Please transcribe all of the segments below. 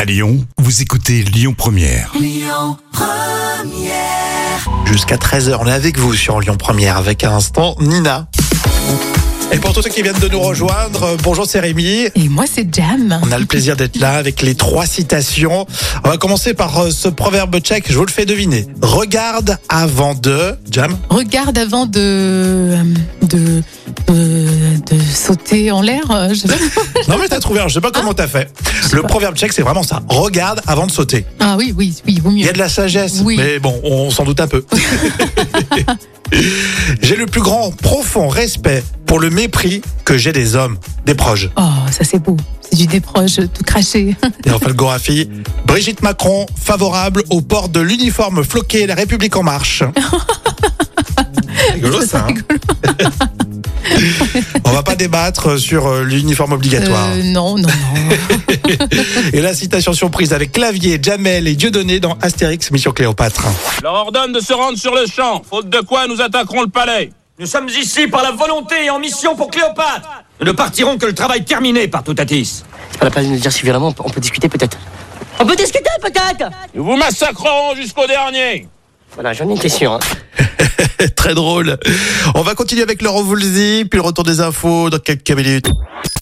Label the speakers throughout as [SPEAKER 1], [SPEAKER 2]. [SPEAKER 1] À Lyon, vous écoutez Lyon Première.
[SPEAKER 2] Jusqu'à 13h, on est avec vous sur Lyon Première avec à l'instant Nina. Et pour tous ceux qui viennent de nous rejoindre, euh, bonjour c'est Rémi.
[SPEAKER 3] Et moi, c'est Jam.
[SPEAKER 2] On a le plaisir d'être là avec les trois citations. On va commencer par euh, ce proverbe tchèque, je vous le fais deviner. Regarde avant de... Jam
[SPEAKER 3] Regarde avant de. euh, de. de, de sauter en l'air. euh, Je sais pas.
[SPEAKER 2] Non mais t'as trouvé, alors, je sais pas comment t'as fait. Le proverbe tchèque c'est vraiment ça. Regarde avant de sauter.
[SPEAKER 3] Ah oui, oui, oui, vaut
[SPEAKER 2] Il y
[SPEAKER 3] mieux.
[SPEAKER 2] a de la sagesse,
[SPEAKER 3] Oui.
[SPEAKER 2] mais bon, on s'en doute un peu. j'ai le plus grand, profond respect pour le mépris que j'ai des hommes, des proches.
[SPEAKER 3] Oh, ça, c'est beau. C'est du déproche, tout craché.
[SPEAKER 2] Et enfin le Gorafi, Brigitte Macron, favorable au port de l'uniforme floqué La République en marche. C'est rigolo
[SPEAKER 3] Ça, c'est
[SPEAKER 2] ça. hein.
[SPEAKER 3] rigolo.
[SPEAKER 2] On va pas débattre sur euh, l'uniforme obligatoire.
[SPEAKER 3] Euh, non, non, non.
[SPEAKER 2] Et la citation surprise avec Clavier, Jamel et Dieudonné dans Astérix Mission Cléopâtre.
[SPEAKER 4] leur ordonne de se rendre sur le champ, faute de quoi nous attaquerons le palais.
[SPEAKER 5] Nous sommes ici par la volonté et en mission pour Cléopâtre. Nous ne partirons que le travail terminé par Toutatis.
[SPEAKER 6] À la place de nous dire si violemment, on peut- on peut discuter peut-être.
[SPEAKER 7] On peut discuter peut-être
[SPEAKER 4] Nous vous massacrerons jusqu'au dernier.
[SPEAKER 6] Voilà, j'en ai une question. hein.
[SPEAKER 2] Très drôle. On va continuer avec Laurent Voulzy, puis le retour des infos dans quelques minutes.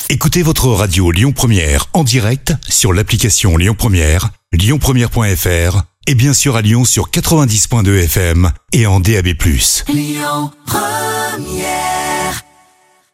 [SPEAKER 1] Écoutez votre radio Lyon Première en direct sur l'application Lyon Première, lyonpremière.fr et bien sûr à Lyon sur 90.2 FM et en DAB+.